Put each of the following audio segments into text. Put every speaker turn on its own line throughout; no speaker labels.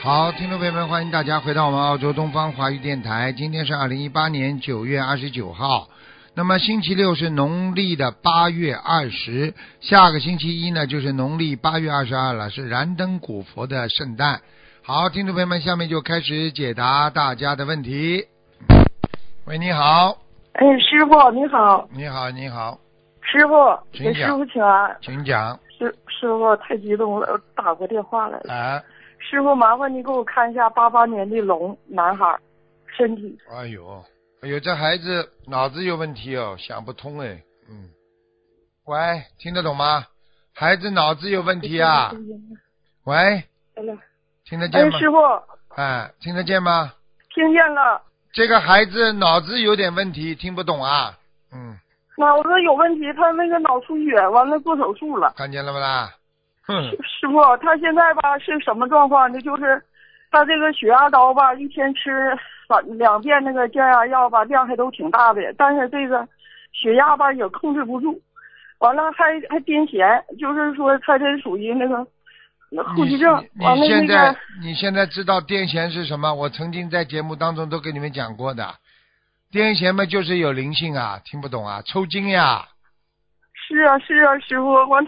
好，听众朋友们，欢迎大家回到我们澳洲东方华语电台。今天是二零一八年九月二十九号，那么星期六是农历的八月二十，下个星期一呢就是农历八月二十二了，是燃灯古佛的圣诞。好，听众朋友们，下面就开始解答大家的问题。喂，你好，
哎，师傅你好，
你好，你好，
师傅
请
给
讲
师傅请安。
请讲。
师师傅太激动了，打过电话来了。
哎，
师傅，麻烦你给我看一下八八年的龙男孩身体。
哎呦，哎呦，这孩子脑子有问题哦，想不通哎。嗯，喂，听得懂吗？孩子脑子有问题啊。
嗯
喂，
哎呀
听得见
哎，
吗？
师傅
哎，听得见吗？
听见了。
这个孩子脑子有点问题，听不懂啊。嗯，
脑子有问题，他那个脑出血，完了做手术了。
看见了不啦？哼，
师傅，他现在吧是什么状况呢？就是他这个血压高吧，一天吃三两遍那个降压药吧，量还都挺大的，但是这个血压吧也控制不住，完了还还癫痫，就是说他这属于那个那后遗
你
症。完
你
了那
现
个
在你现在知道癫痫是什么？我曾经在节目当中都跟你们讲过的，癫痫嘛就是有灵性啊，听不懂啊，抽筋呀、
是啊是啊，师傅，完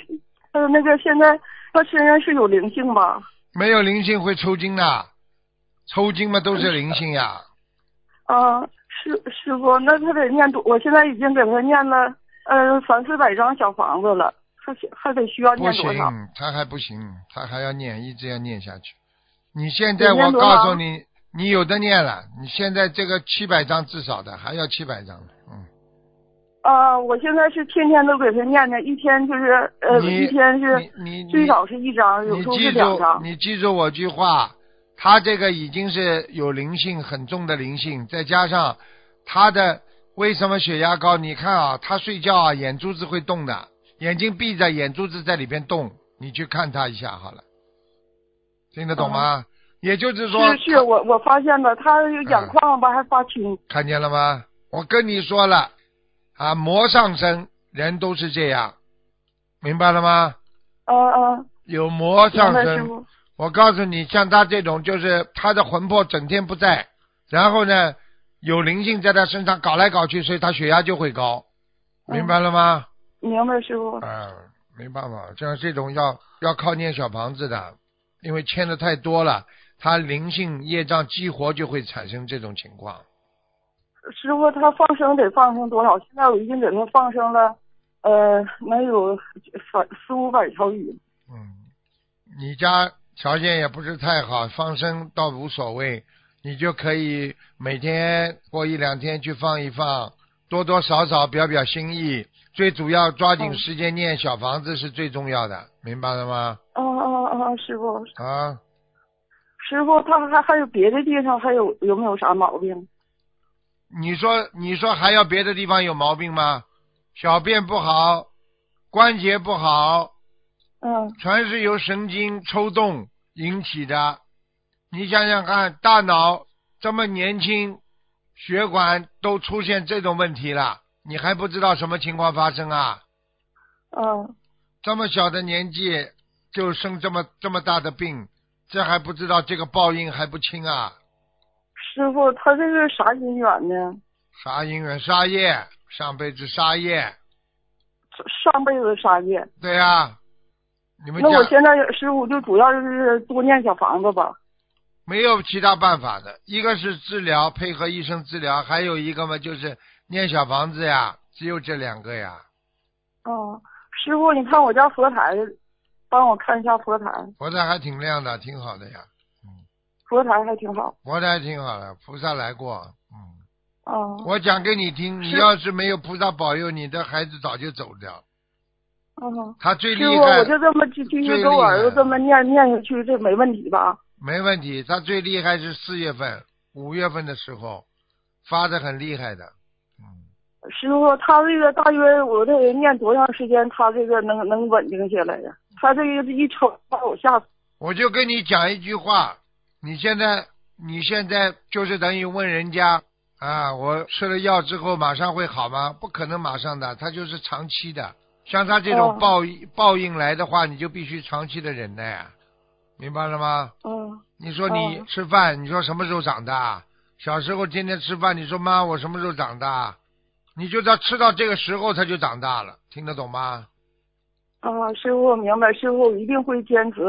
呃那个现在他身上是有灵性吧？
没有灵性会抽筋的、抽筋嘛都是灵性呀、
啊，师师傅，那他得念多，我现在已经给他念了呃三四百张小房子了，还需还得需要
不
念多少？
行，他还不行，他还要念，一直要念下去。你现在
得念
我
多
告诉
少
你，你有的念了，你现在这个七百张至少的，还要七百张，嗯，
啊，我现在是天天都给他念呢，一天就是呃
你
一天是
你你
最少是一张，啊有
你
时候
记
是两
住
张，。
你记住我句话，他这个已经是有灵性很重的灵性，再加上他的为什么血压高？你看啊，他睡觉啊，眼珠子会动的，眼睛闭着，眼珠子在里边动，你去看他一下好了，听得懂吗？也就是说，
嗯
嗯
是是，我我发现了，他眼眶吧还发青，
看见了吗？我跟你说了，啊，魔上身，人都是这样，明白了吗？
啊啊，
有魔
明
上
白师
身，
傅，
我告诉你，像他这种，就是他的魂魄整天不在，然后呢，有灵性在他身上搞来搞去，所以他血压就会高，
嗯
明白了吗？
明白师傅
嗯、，没办法，像这种要要靠念小房子的，因为欠的太多了，他灵性业障激活就会产生这种情况。
师傅他放生得放生多少？现在我已经给他放生了，呃，能有反四五百条鱼。
嗯，你家条件也不是太好，放生倒无所谓，你就可以每天过一两天去放一放，多多少少表表心意。最主要抓紧
嗯
时间念小房子是最重要的，明白了吗？
啊啊啊！啊师傅，
啊，
师傅，他还还有别的地方还有有没有啥毛病？
你说你说还要别的地方有毛病吗？小便不好，关节不好，
嗯
全是由神经抽动引起的。你想想看，大脑这么年轻，血管都出现这种问题了，你还不知道什么情况发生啊？
嗯
这么小的年纪就生这么这么大的病，这还不知道这个报应还不轻啊？
师傅，他这是啥姻缘呢？
啥姻缘杀业，上辈子杀业，
上辈子杀业。
对啊，你们
那我
家
现在师傅就主要就是多念小房子吧。
没有其他办法的，一个是治疗，配合医生治疗，还有一个嘛就是念小房子呀，只有这两个呀。
嗯，师傅，你看我家佛台，帮我看一下佛台，
佛台还挺亮的，挺好的呀，
佛台还挺好。
佛台挺好的，菩萨来过。嗯，
嗯
我讲给你听，你
是
要是没有菩萨保佑，你的孩子早就走掉了。
嗯。
他最厉
师傅，
害
我，就这么继继续跟我儿子这么念念下去，这没问题吧？
没问题，他最厉害是四月份、五月份的时候发的很厉害的。嗯，
师傅，他这个大约我得念多长时间，他这个能能稳定下来呀？他这个一抽把我吓死。
我就跟你讲一句话，你现在你现在就是等于问人家啊，我吃了药之后马上会好吗？不可能马上的，它就是长期的。像他这种
哦
报应、报应来的话，你就必须长期的忍耐啊。明白了吗？
嗯，
你说你
哦
吃饭，你说什么时候长大？小时候天天吃饭，你说妈，我什么时候长大？你就到吃到这个时候，他就长大了，听得懂吗？
啊，师傅我明白，师傅我一定会坚持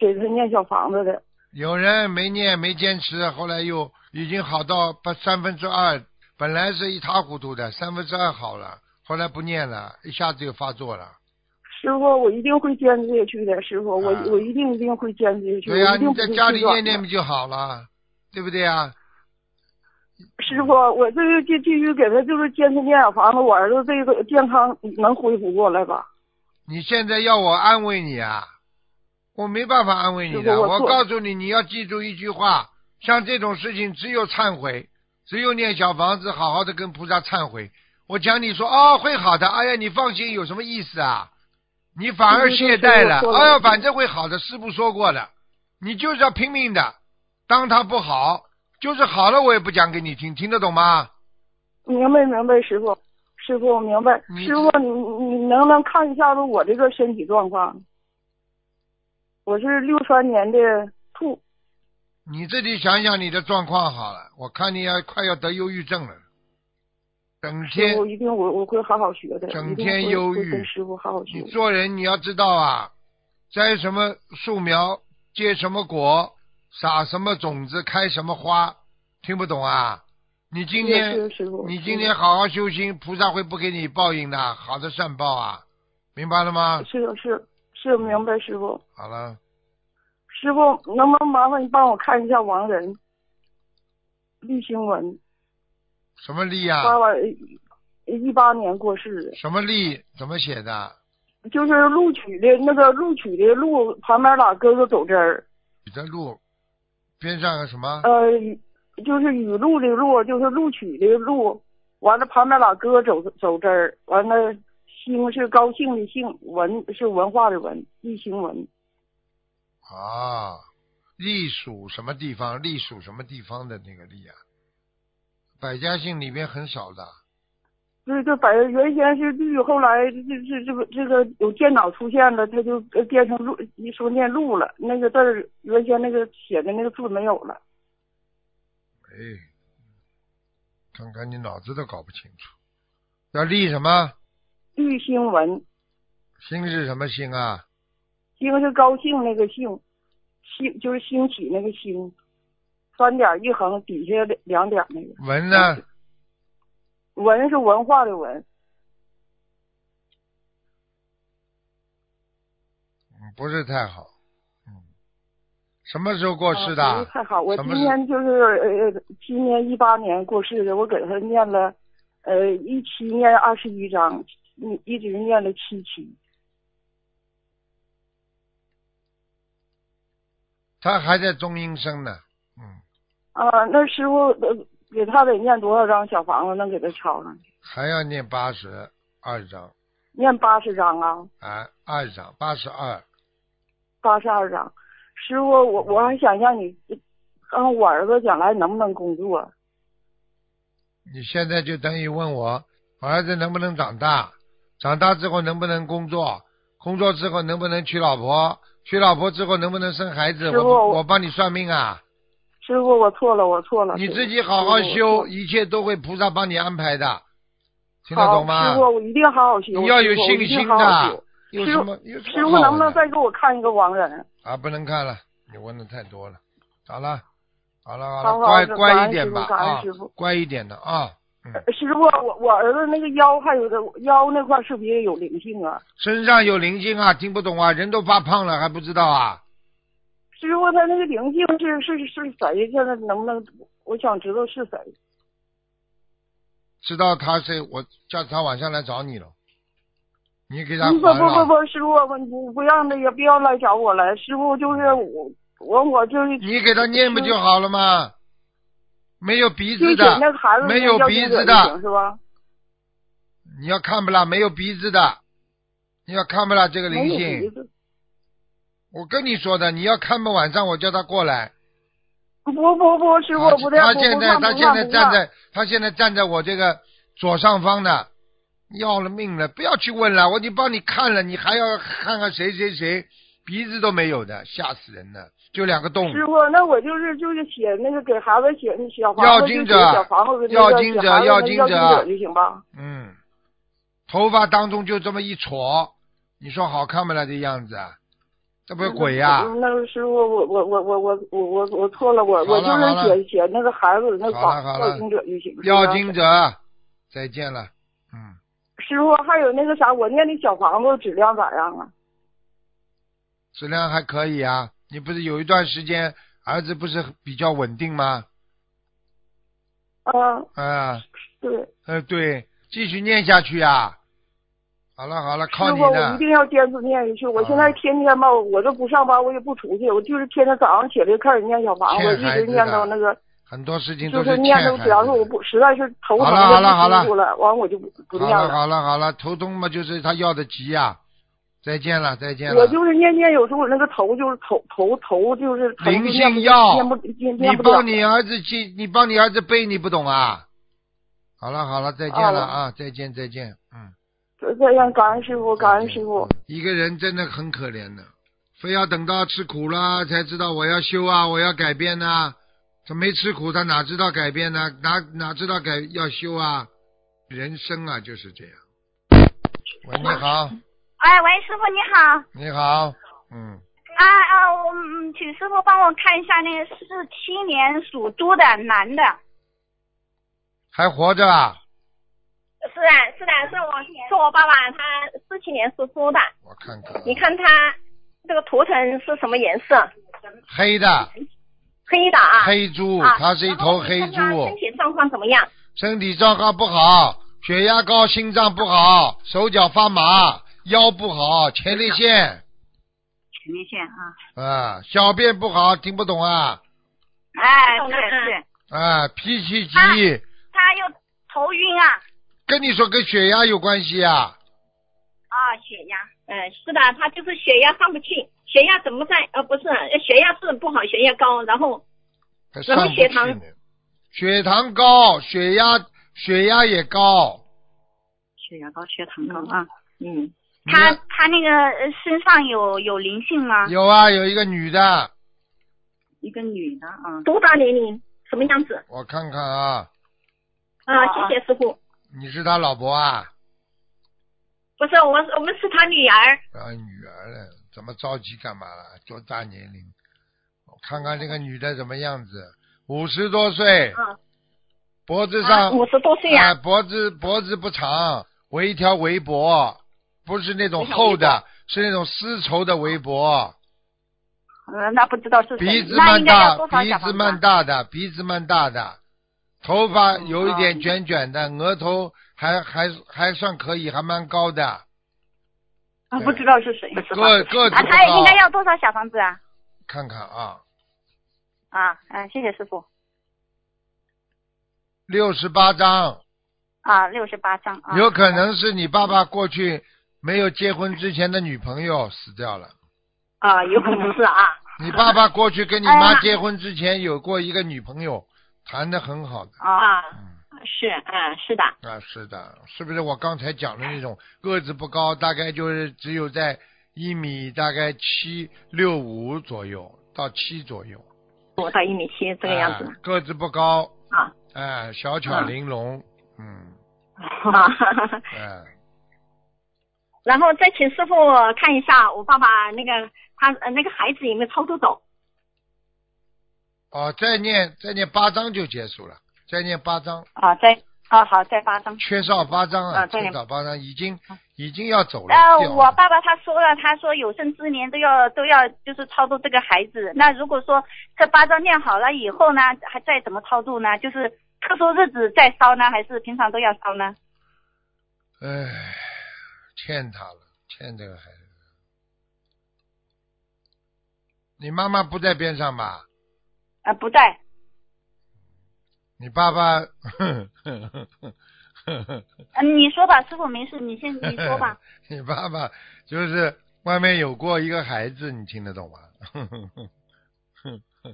给他念小房子的。
有人没念没坚持，后来又已经好到把三分之二，本来是一塌糊涂的，三分之二好了，后来不念了，一下子就发作了。
师傅，我一定会坚持下去的。师傅，我、
啊
我一定一定会坚持下去。
对呀、
我一定
你
不
在
会
家里
心软
念念
的
不就好了，对不对呀？
师傅，我这个继继续给他就是坚持念小房子，我儿子这个健康能恢复过来吧？
你现在要我安慰你啊，我没办法安慰你
师
的。
傅
我
我错
告诉你，你要记住一句话：像这种事情，只有忏悔，只有念小房子，好好的跟菩萨忏悔。我讲你说哦，会好的。哎呀，你放心，有什么意思啊？你反而懈怠了
师傅我错。了
哎呀，反正会好的，师傅说过的，你就是要拼命的。当他不好，就是好了，我也不讲给你听，听得懂吗？
明白明白，师傅，师傅我明白
你。
师傅，你你你能不能看一下子我这个身体状况？我是六三年的兔，
你自己想想你的状况好了，我看你要快要得忧郁症了，整
师
天
傅一定我我会好好学的，
整
一定
天
会
忧
会
郁
跟师傅好好学
你。做人你要知道啊，栽什么树苗结什么果，撒什么种子开什么花，听不懂啊？你今
是
天
的师傅，嗯
你今天好好修心，菩萨会不给你报应的，好的善报啊，明白了吗？
是的是是明白师傅，
好了，
师傅能不能麻烦你帮我看一下王仁，立新文，
什么力啊？
八万一八年过世的。
什么力？怎么写的？
就是录取的那个录取的录旁边打哥哥走针儿，
你的路边上有什么？
呃，就是雨露的露，就是录取的录，完了旁边打哥哥走走针儿，完了兴是高兴的兴，文是文化的文，一兴文，
啊，隶属什么地方？隶属什么地方的那个隶啊？百家姓里边很少的。哎
这这反正原先是绿，后来这这这个这个有电脑出现了，它就呃变成录，一说念录了，那个字儿原先那个写的那个字没有了。
哎，看看你脑子都搞不清楚。要立什么？
玉兴文，
兴是什么兴啊？
兴是高兴那个兴，兴就是兴起那个兴，三点一横底下两点那个
文呢？
文是文化的文，
嗯不是太好。嗯，什么时候过哦世的？
啊不是太好，我
什
今
么
年就是呃，今年一八年过世的，我给他念了，呃，一期念二十一章，嗯，一直念了七期。
他还在中阴身呢。嗯，
啊，那师傅呃给他得念多少张小房子能给他抄上去？
还要念八十二章
念八十张啊。
啊，二章八十二。
八十二张。师傅，我我还想让你，让我儿子将来能不能工作？
你现在就等于问我儿子能不能长大，长大之后能不能工作，工作之后能不能娶老婆，娶老婆之后能不能生孩子？
师
我
傅
不
我
我帮你算命啊！
师傅，我错了，我错了。
你
对
自己好好
师傅
修，
我
一切都会菩萨帮你安排的，听
错了
得懂
好
吗
师？傅，我一定好好修。
你要有
师傅我
信
一定
心
好好
的
修。。
有
师
什
傅
么？有什
师
么
傅
好
能不能
的
再给我看一个亡人？
啊？不能看了，你问的太多了。好了，好了，好了，
好好
乖
的感
乖一
恩
点
师
吧
傅感恩
啊
师傅，
乖一点的啊。嗯，
呃师傅，我我儿子那个腰还有的腰那块是不是有灵性啊？
身上有灵性啊，听不懂啊，人都发胖了还不知道啊？
师傅，他那个灵性是是是谁？现在能不能？我想知道是谁。
知道他是我叫他晚上来找你了，你给他还
嗯不不不
了。
不，师傅，我不不让他也不要来找我了。师傅就是我我我就是
你给他念不就好了吗？没有鼻
就
子
写
的，
那个孩子
没有
要
鼻
精
子
准
的
就行是吧？
你要看不啦？没有鼻子的，你要看不啦？这个
没
灵
有鼻
性，
子。
我跟你说的，你要看不晚上我叫他过来。
不不不，师
啊
傅不对，
他
不
现
不
在
让
他
不
现
让
在
不
站
让
在他现在站在我这个左上方呢，要了命了！不要去问了，我已经帮你看了，你还要看看谁谁谁，鼻子都没有的，吓死人了，就两个洞。
师傅，那我就是就是写那个给孩子写那小房
要
子，
经
就写
者
小房子，
要
那个
经
写
者
孩子
要
那
经
要
者
就行吧？
嗯，头发当中就这么一撮，你说好看不啦？这样子，啊，这不是鬼呀、
嗯那个师傅，我我我我我我我我错了，我
好
我
了
就
好了
是写写那个孩子的那
好了好
房
了
要经者就行。是吧
要经者，再见了。嗯，
师傅，还有那个啥，我念的小房子质量咋样啊？
质量还可以啊。你不是有一段时间儿子不是比较稳定吗？
啊，
啊，
对，
呃，对，继续念下去啊。好了好了，靠
师
你嗯
傅，我一
了。
定要坚持念下去。我现在天天吧，我都不上班，我也不出去，我就是天天早上起来开始念小房
欠
子，
孩
一
子
直
的
念到那个，
很多事情
就
都是欠
念
孩
到
子
主要是我
的。
不实在是头疼
好了好了好了
不舒服了，完我就不不念
好了好了好了，头痛嘛，就是他要的急呀、再见了再见了。
我就是念念，有时候我那个头就是头头头就是头
灵
就
性
念不
药
念不念
你
念不了
帮。你儿子记，你帮你儿子背，你不懂啊？好了好了，再见了啊，再见再见，嗯，
这样，感恩师傅，感恩
再
师
见
傅。。
一个人真的很可怜的，非要等到吃苦了才知道我要修啊，我要改变呐、啊他没吃苦，他哪知道改变呢、哪哪知道改要修啊？人生啊就是这样。喂，你好，
哎，喂，师傅你好，
你好，嗯，
啊啊，我嗯请师傅帮我看一下那个四七年属猪的男的。
还活着啊？
是啊，是的，是我是我爸爸，他四七年属猪的。
我看看啊，
你看他这个图腾是什么颜色？
黑的
黑的啊。
黑猪，
啊
它哦是一头黑猪。
啊
哦
然后看他身体状况怎么样？
身体状况不好，血压高，心脏不好，手脚发麻，腰不好，前列腺
前列腺啊。
啊，小便不好，听不懂啊
哎，对对。
啊，脾气急，
啊他又头晕啊
跟你说跟血压有关系啊，
啊，血压。
嗯，是的，他就是血压上不去，血压怎么在？呃，不是，呃血压是不好，血压高，然后
还上不去
然后
呢，血糖高，血压血压也高，
血压高，血糖高啊。嗯，
他
你
他那个呃身上有有灵性吗？
有啊，有一个女的，
一个女的啊，多大年龄？什么样子？
我看看啊，
啊，谢谢师傅。
你是他老婆啊？
不是我，我们是他女儿。
啊，女儿了，怎么着急干嘛了？多大年龄？我看看这个女的什么样子，五十多岁，
嗯
脖子
啊，
上
五十多岁
啊、
呀、
脖子脖子不长，围一条围脖，不是那种
围条
厚
围
的，是那种丝绸的围脖，
嗯，那不知道是谁。
鼻子
那
蛮
应该要
大，
多少
鼻
小
子
房子啊
蛮大的，鼻子蛮大的，头发
嗯
有一点卷卷的，额头还还还算可以，还蛮高的，
啊不知道是谁。
个个子
啊，
不
他应
高
该，要多少小房子啊？
看看啊，
啊，嗯，谢谢师傅。
六十八张。
啊，六十八张啊。
有可能是你爸爸过去没有结婚之前的女朋友死掉了。
啊，有可能是啊。
你爸爸过去跟你
哎
妈
呀
结婚之前有过一个女朋友，谈的很好的。
啊。
啊，
嗯，
是，嗯，是的，
啊，是的，是不是我刚才讲的那种个子不高，大概就是只有在一米大概七六五左右到七左右，
我到一米七这个样子
哎个子不高，
啊
哎、小巧玲珑，嗯，
啊。
哎、
然后再请师傅看一下我爸爸那个他呃那个孩子有没有操作走。
哦，再念再念八章就结束了，再念八章。
啊，再啊好，再八张。
缺少八张啊，
啊对
缺少八张，已经已经要走了。
那
掉了
呃我爸爸他说了，他说有生之年都要都要就是超度这个孩子。那如果说这八张念好了以后呢，还再怎么超度呢？就是特殊日子再烧呢，还是平
啊
常都要烧呢？
唉，欠他了，欠这个孩子。你妈妈不在边上吧？
啊，不在。
你爸爸，
啊
嗯， 你说吧，师傅没事，你先你说吧。。
你爸爸就是外面有过一个孩子，你听得懂吗？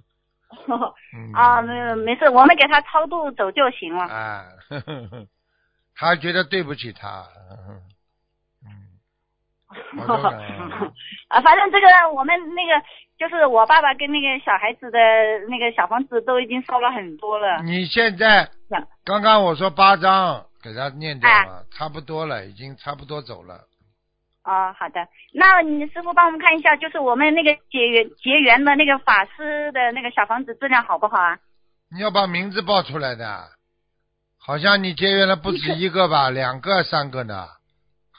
嗯
啊，没有没事，我们给他超度走就行了。
啊， 他觉得对不起他。嗯，我都敢
啊，反正这个我们那个就是我爸爸跟那个小孩子的那个小房子都已经烧了很多了。
你现在
嗯
刚刚我说八张，给他念掉了，差不多了，已经差不多走了。
哦，好的，那你师傅帮我们看一下，就是我们那个结缘结缘的那个法师的那个小房子质量好不好啊？
你要把名字报出来的，好像你结缘了不止一个吧，两个、三个呢。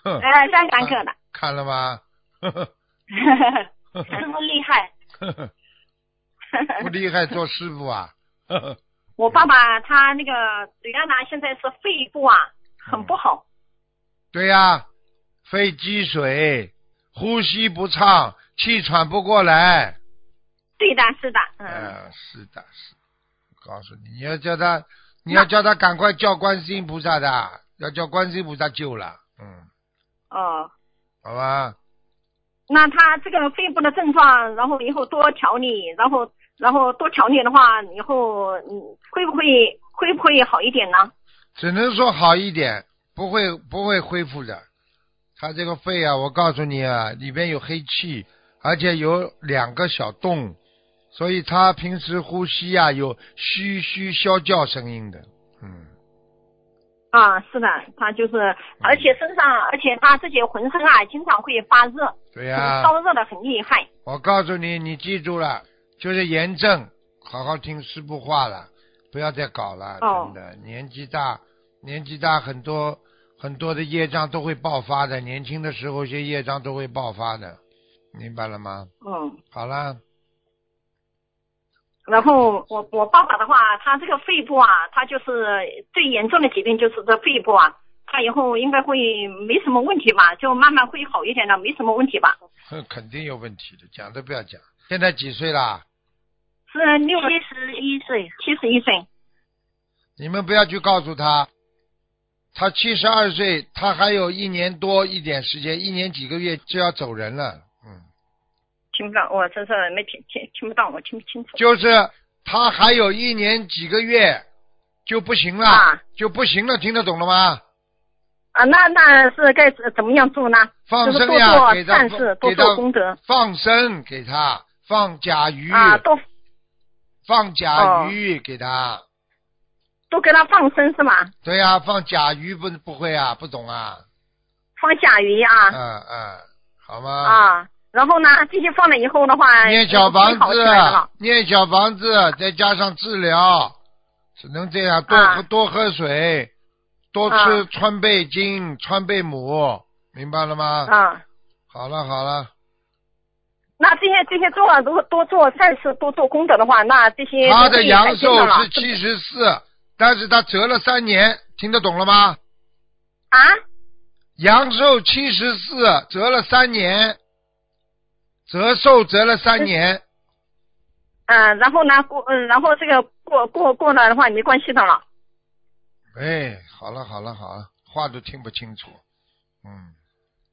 哼，
呃，三三个的，
看了吗？ 呵呵呵
师傅厉害，
呵呵，不厉害做师傅啊。 呵呵
我爸爸他那个主要呢，现在是肺部啊很不好，
对呀、肺积水，呼吸不畅，气喘不过来。
对的，是的，
嗯、
嗯，
是的，是的。我告诉你，你要叫他，你要叫他赶快叫观世音菩萨的，要叫观世音菩萨救了。嗯，
哦，
好吧，
那他这个肺部的症状，然后以后多调理，然后然后多调理的话，以后嗯会不会会不会好一点呢？
只能说好一点，不会不会恢复的。他这个肺啊，我告诉你啊，里边有黑气，而且有两个小洞，所以他平时呼吸啊有嘘嘘啸叫声音的。嗯。
啊，是的，他就是，而且身上，而且他自己浑身啊，经常会发热，
对
很
哎呀、
烧热的很厉害。
我告诉你，你记住了，就是炎症，好好听师傅话了，不要再搞了，
哦
真的，年纪大，年纪大很多很多的业障都会爆发的，年轻的时候一些业障都会爆发的，明白了吗？
嗯，
好啦，
然后我我爸爸的话，他这个肺部啊，他就是最严重的疾病就是这肺部啊，他以后应该会没什么问题吧，就慢慢会好一点的，没什么问题吧。
哼肯定有问题的，讲都不要讲。现在几岁啦？
是六
七十一岁，
七十一岁，
你们不要去告诉他，他七十二岁，他还有一年多一点时间，一年几个月就要走人了，嗯。
听不到，我真是没听听听不到，我听不清楚。
就是他还有一年几个月就不行了，
啊
就不行了，听得懂了吗？
啊，那那是该怎怎么样做呢？
放
就是
生
多
呀，
做
给他
善事，多
给
做
他
功德
放生，给他放甲鱼，
啊，哦多
放甲鱼给他。
多给他放生是吗？
对呀、放甲鱼不不会啊，不懂啊，
放甲鱼啊。
嗯嗯，好吗？
啊，然后呢，这些放了以后的话，
念小房
就好起来了
子，啊念小房子，再加上治疗，只能这样，多喝、
啊
多喝水，多吃
啊
川贝精、川贝母，明白了吗？
啊。
好了好了，
那这些这些做了，如果多做善事，多做功德的话，那这些
他
都可
的
以
阳
改进的
寿
了
是七十四，但是他折了三年，听得懂了吗？
啊
阳寿七十四，折了三年，折寿折了三年，
嗯、然后呢过嗯，然后这个过过过了的话没关系的了。
哎，好了好了好了，话都听不清楚，嗯，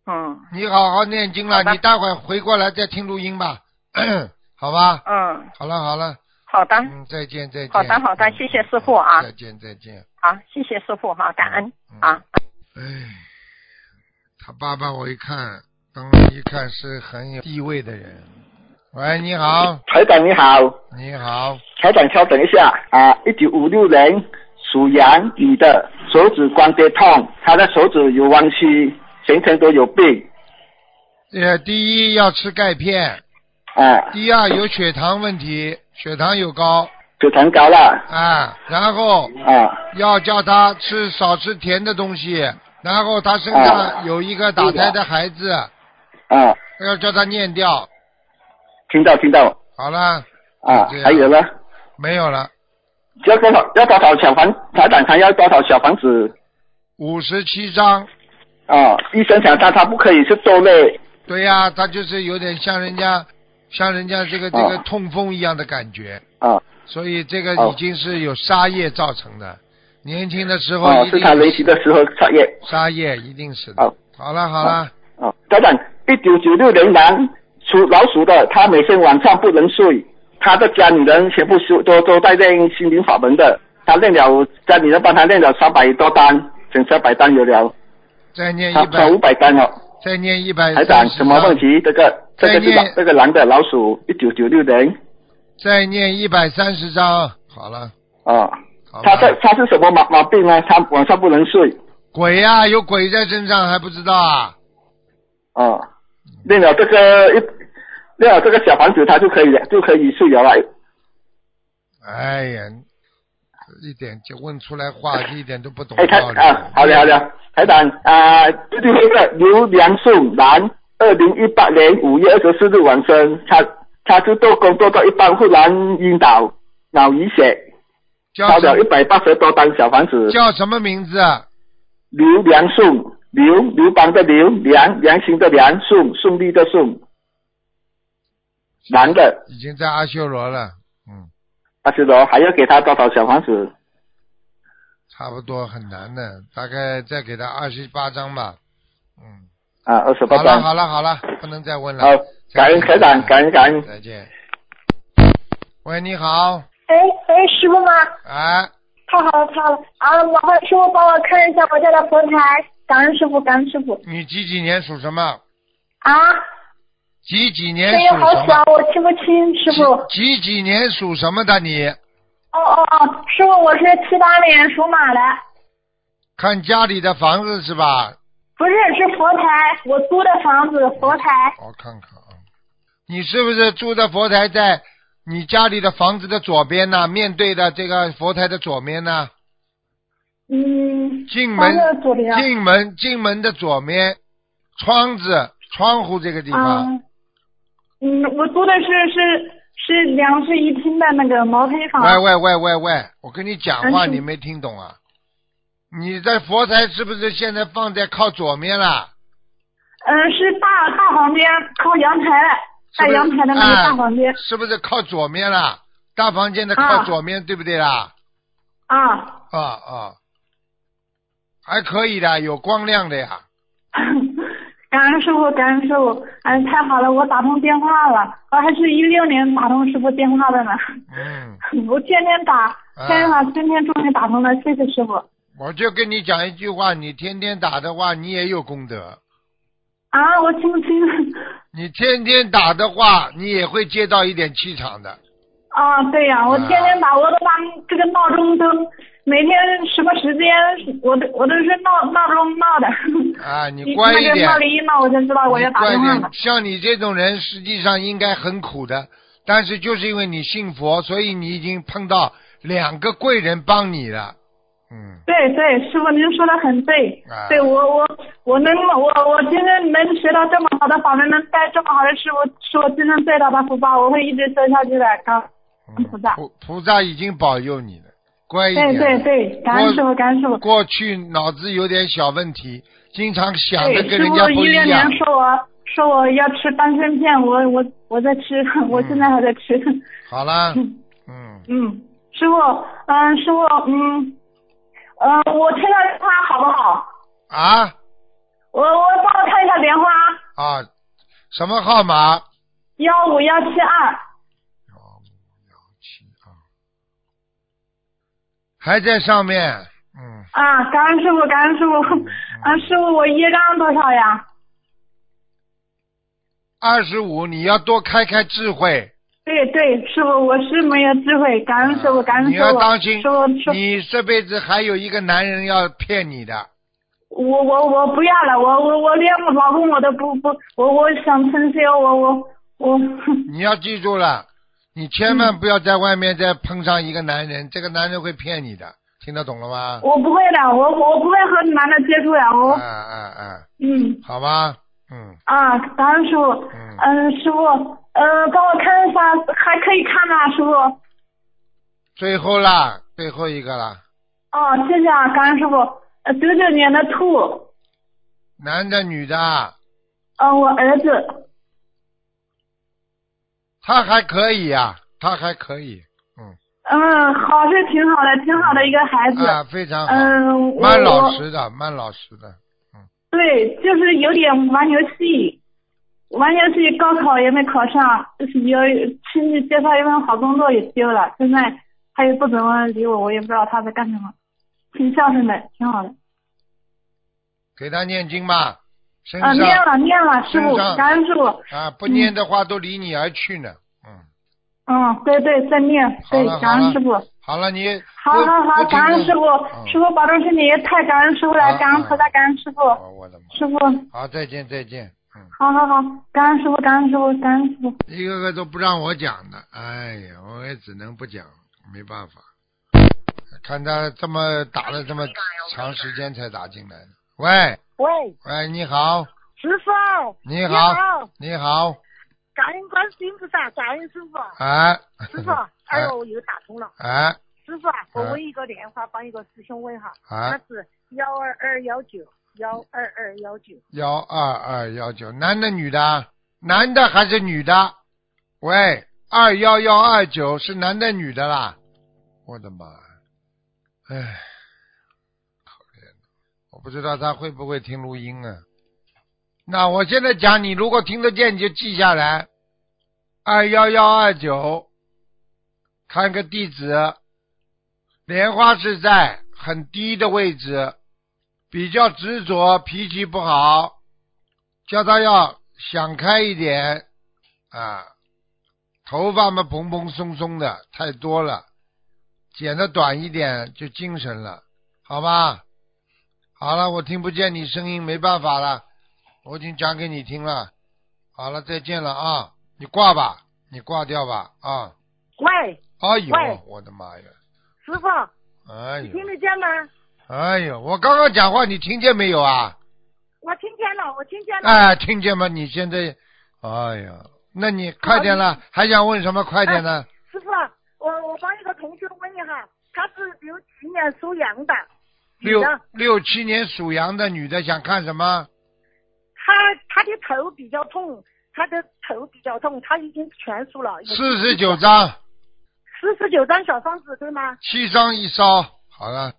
嗯
你好好念经
好
了，
的
你待会儿回过来再听录音吧， 好吧？
嗯，
好了好了，
好的，
嗯，再见再见。
好的好的
嗯
谢谢师傅啊
再见再见。
好，谢谢师傅哈、感恩
嗯
啊。
哎，他爸爸我一看，当时一看是很有地位的人。喂，你好，
台长你好，
你好，
台长稍等一下啊，一九五六年属羊女的，手指关节痛，她的手指有弯曲，全程都有病
呃，第一要吃钙片，
啊，
第二有血糖问题，血糖有高
血糖高了
啊，然后
啊
要叫他吃少吃甜的东西，然后他身上
啊
有一个打胎的孩子，
啊，
要叫他念掉。
听到听到
好了，
啊
对啊，
还有呢，
没有了，
要多少要多少小房，台长还要多少小房子
五十七章。
啊？医生想他他不可以是周内
对呀、他就是有点像人家，像人家这个这个
哦
痛风一样的感觉，
啊
所以这个
哦
已经是有杀业造成的。年轻的时候
啊，
一
是
定
他
有
雷击的时候插叶
杀业，一定是的
哦。
好了好了，
啊，台长一九九六年男属老鼠的，他每天晚上不能睡，他的家里人全部修都都在练心灵法门的，他练了家里人帮他练了三百多单，整三百单有了，
再念
他
一
他
百
五百单了，哦
再念一百
台长什么问题？这个这
再
个是
念
老这个狼的老鼠，一九九六年
再念一百三十章，好了，
啊，
好
他这
了。
他是什么毛毛病呢？他晚上不能睡
鬼呀、有鬼在身上还不知道啊？
啊，练了这个一练了这个小房子，他就可以了，就可以睡着了。
哎呀，一点就问出来话，一点都不懂
哎，他
道理。
啊，好的好的，台长啊，最后一个刘良顺男，二零一八年五月二十四日晚生，他他是做工作到一半忽然晕倒，脑溢血，
叫
烧
什
了一百八十多张小房子。
叫什么名字啊？
刘良顺，刘刘邦的刘，良良心的良，顺顺利的顺，男的
已经在阿修罗了，嗯，
阿修罗还要给他多少小房子？
差不多很难的，大概再给他二十八章吧，嗯。
啊，二十八
好了
张。
好了好了，不能再问了。
好，感恩台长，感恩感恩。
再见。喂，你好，
哎哎，师傅吗？
哎，
太好了太好了啊！麻烦师傅帮我看一下我家的佛台，感恩师傅感恩师傅
你几几年属什么？
啊！
几几年
声音
属
哎好
什
小
么？，
我听不清师傅。哦
几几几年属什么的你？
哦哦，师傅我是七八年属马的，
看家里的房子是吧？
不是是佛台，我租的房子佛台。
我看看啊，你是不是住的佛台在你家里的房子的左边呢？面对的这个佛台的左面呢？
嗯，
进
房
门
子的左边。
进门进门的左面，窗子窗户这个地
啊
方，。
嗯，我租的是是是两室一厅的那个毛坯房。
喂喂喂喂喂，我跟你讲话
嗯是
你没听懂啊？你在佛台是不是现在放在靠左面啦？
嗯，是大大房间，靠阳台的，
是
在
不是
阳台的那个
哎
大房间。
是不是靠左面啦？大房间的靠
啊
左面，对不对啦？
啊，
啊啊，还可以的，有光亮的呀。
感恩师傅，感恩师傅，哎，太好了，我打通电话了，我还是一六年打通师傅电话的呢，
嗯，
我天天打，
啊
天天打，今天终于打通了，谢谢师傅。
我就跟你讲一句话，你天天打的话，你也有功德；
啊，我听不清。
你天天打的话，你也会接到一点气场的。
啊，对呀、我天天打，我都把这个闹钟都每天什么时间，我都我都是闹闹钟闹的。
啊你
一
乖一点
那个闹铃一闹，我就知道啊我要
你
打
乖
电话
点
了。
像你这种人，实际上应该很苦的，但是就是因为你信佛，所以你已经碰到两个贵人帮你了。嗯，
对对，师傅您说的很对，
啊
对我我我能我我今天能学到这么好的法门，能拜这么好的师傅，是我今生最大的福报，我会一直修下去的。感
嗯
恩菩萨，
菩菩萨已经保佑你了，乖一点。
对对对，感恩师傅，感恩师傅。
过去脑子有点小问题，经常想的
对，
跟
师
人
傅
家不
一
一
六
样
年。说我说我要吃丹参片，我我我在吃，
嗯
我现在还在吃。
好啦，
嗯
嗯，
嗯，师傅，嗯，师傅，嗯，呃，我看看他好不好？
啊
我我帮我看一下莲花
啊，什么号码？
幺五幺七二。
幺五幺七二，还在上面。嗯，
啊，感恩师傅，感恩师傅。啊，师傅，我业障多少呀？
二十五，你要多开开智慧。
对对，师傅，我是没有智慧，感恩师傅，感恩
你
师
要
傅。
当心
师傅，师，
你这辈子还有一个男人要骗你的。
傅，我我我不要了，我我我连老公我都不不，我我想成修，我我我，
你要记住了，你千
嗯
万不要在外面再碰上一个男人，这个男人会骗你的，听得懂了吗？
我不会的，我我不会和男的接触呀，我
嗯嗯嗯，
嗯
好吧，嗯，
啊，感恩师傅，
嗯
嗯，师傅，呃，帮我看一下，还可以看吗，师傅？
最后啦，最后一个啦，
哦，谢谢啊，感恩师傅。呃，九九年的兔，
男的女的啊，
呃，我儿子。
他还可以啊，他还可以，嗯，
嗯，好是挺好的，挺好的一个孩子。
啊，非常好，
嗯，我
蛮老
我
实的，蛮老实的，
对，就是有点玩游戏，玩游戏，高考也没考上，就是有亲戚介绍一份好工作也丢了，现在他也不怎么理我，我也不知道他在干什么，挺孝顺的，挺好的。
给他念经吧，身
啊，
上
念了念了，师傅
身，上
感恩师傅。
啊，不念的话都离你而去呢。嗯，
嗯，对对，在念，
好
对
了，
感
好了
恩师傅。
好了，你
好好好，感恩师傅，师
傅。
傅保重身体，太感恩师傅
啊
了，感恩菩萨，感恩师傅，
哦我的妈！
师傅，
好，再见，再见。嗯，
好好好，感恩师傅，感恩师傅，感恩师傅。
一个个都不让我讲的，哎呀，我也只能不讲，没办法。看他这么打了这么长时间才打进来的。喂
喂，
喂，你好，
师傅，
你
你
好，你好，
感恩观世音菩萨，感恩师傅，
哎，
师傅，哎呦，我又打通了，
哎
师傅啊，我
哎
问一个莲花，帮一个师兄问哈，他
哎，
是幺二二幺九幺二二幺九，
幺二二幺九，男的女的？男的还是女的？喂，二幺幺二九是男的女的啦？我的妈！哎，可怜了我不知道他会不会听录音啊。那我现在讲，你如果听得见，你就记下来，二幺幺二九，看个地址。莲花是在很低的位置，比较执着，脾气不好，叫他要想开一点啊。头发嘛蓬蓬松松的，太多了，剪的短一点就精神了，好吧？好了，我听不见你声音，没办法了，我已经讲给你听了。好了，再见了啊！你挂吧，你挂掉吧啊！
喂，
哎呦
喂，
我的妈呀！
师傅，
哎
你
呦，
听得见吗？
哎呦，我刚刚讲话你听见没有啊？
我听见了，我听见了，
哎，听见吗？你现在，哎呀，那你快点了，还想问什么？快点了，
师傅，我我帮一个同学问一下，他是六七年属羊的，女
六
的，
六七年属羊的女的想看什么？
他他的头比较痛，他的头比较痛，他已经全数了，
四十九张，
四十九张小方子对吗？
七张一烧，好了，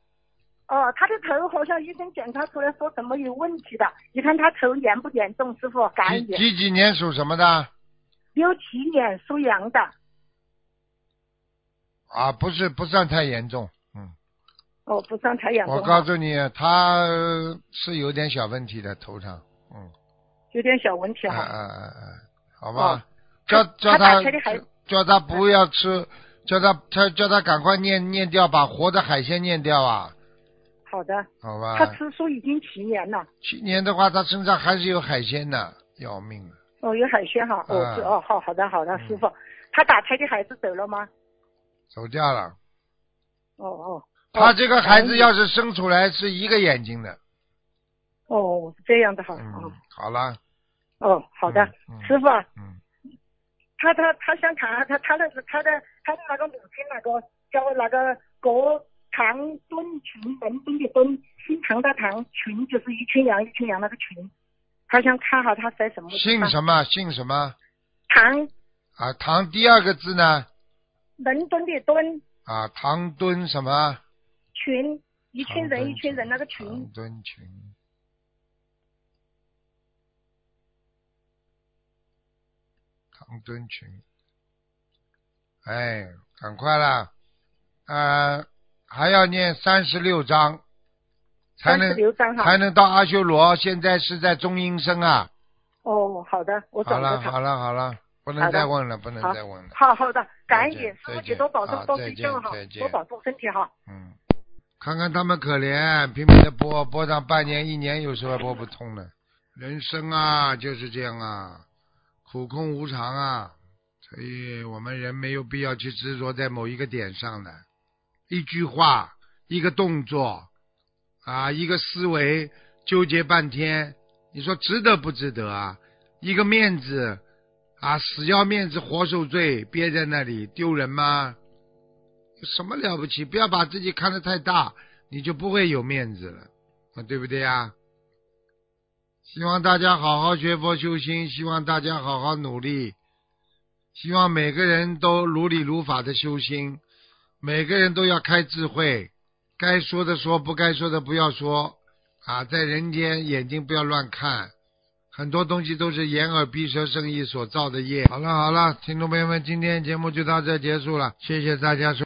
哦，他的头好像医生检查出来说什么有问题的，你看他头严不严重？师傅，感
几
恩你。
几几年属什么的？
六七年属羊的，
啊，不是，不算太严重，嗯，
哦，不算太严重
我
哈，
告诉你，她呃是有点小问题的，头上，嗯，
有点小问题
啊
哈。哦
啊啊啊，好吧，叫
他
叫
他打
她
开的还
叫她不要吃，叫她她叫她赶快念念掉，把活的海鲜念掉啊，
好的，
好吧？
他吃素已经七年了，
去年的话，他身上还是有海鲜的，要命啊了。
哦，有海鲜哈，哦
啊，
是哦，好好的好的，
嗯
师傅，他打胎的孩子走了吗？
走掉了。
哦哦。
他
哦
这个孩子要是生出来是一个眼睛的。
哦，是这样的哈，
嗯
哦，
好了。
哦，好的
嗯嗯，
师傅啊，
嗯，
他他他想看他他的他的他的那个母亲那个叫那个国唐敦群门墩的墩，姓唐的唐，群就是一群羊一群羊那个群，他想看好他在什么地
姓
方
什么？姓什么？
唐
啊，唐第二个字呢？
伦敦的敦
啊，唐敦什么？
群，一
一
群人一群人那个群，
唐敦群。唐敦群。哎，赶快啦！呃，还要念三十六章，才
三十
能
六张哈
才。能到阿修罗。现在是在中阴身啊。
哦，好的，我
好
转
了
给
好
他。
了好了，不能
好的
再问了，不能
好
再问了。
好好的，感恩
嗯再
你，
见
师傅
再
你
见
多保
好
重，多
再
睡
见
觉哈
再，见
多保重身体哈。
嗯，看看他们可怜，拼命的播，播上半年一年，有时候还播不通呢。人生啊，就是这样啊，苦空无常啊，所以我们人没有必要去执着在某一个点上的。一句话，一个动作，啊，一个思维纠结半天，你说值得不值得啊？一个面子啊，死要面子活受罪，憋在那里丢人吗？有什么了不起？不要把自己看得太大，你就不会有面子了，啊，对不对呀？希望大家好好学佛修心，希望大家好好努力，希望每个人都如理如法的修心，每个人都要开智慧，该说的说，不该说的不要说，啊，在人间眼睛不要乱看，很多东西都是眼耳鼻舌身意所造的业。好了好了，听众朋友们，今天节目就到这结束了，谢谢大家收。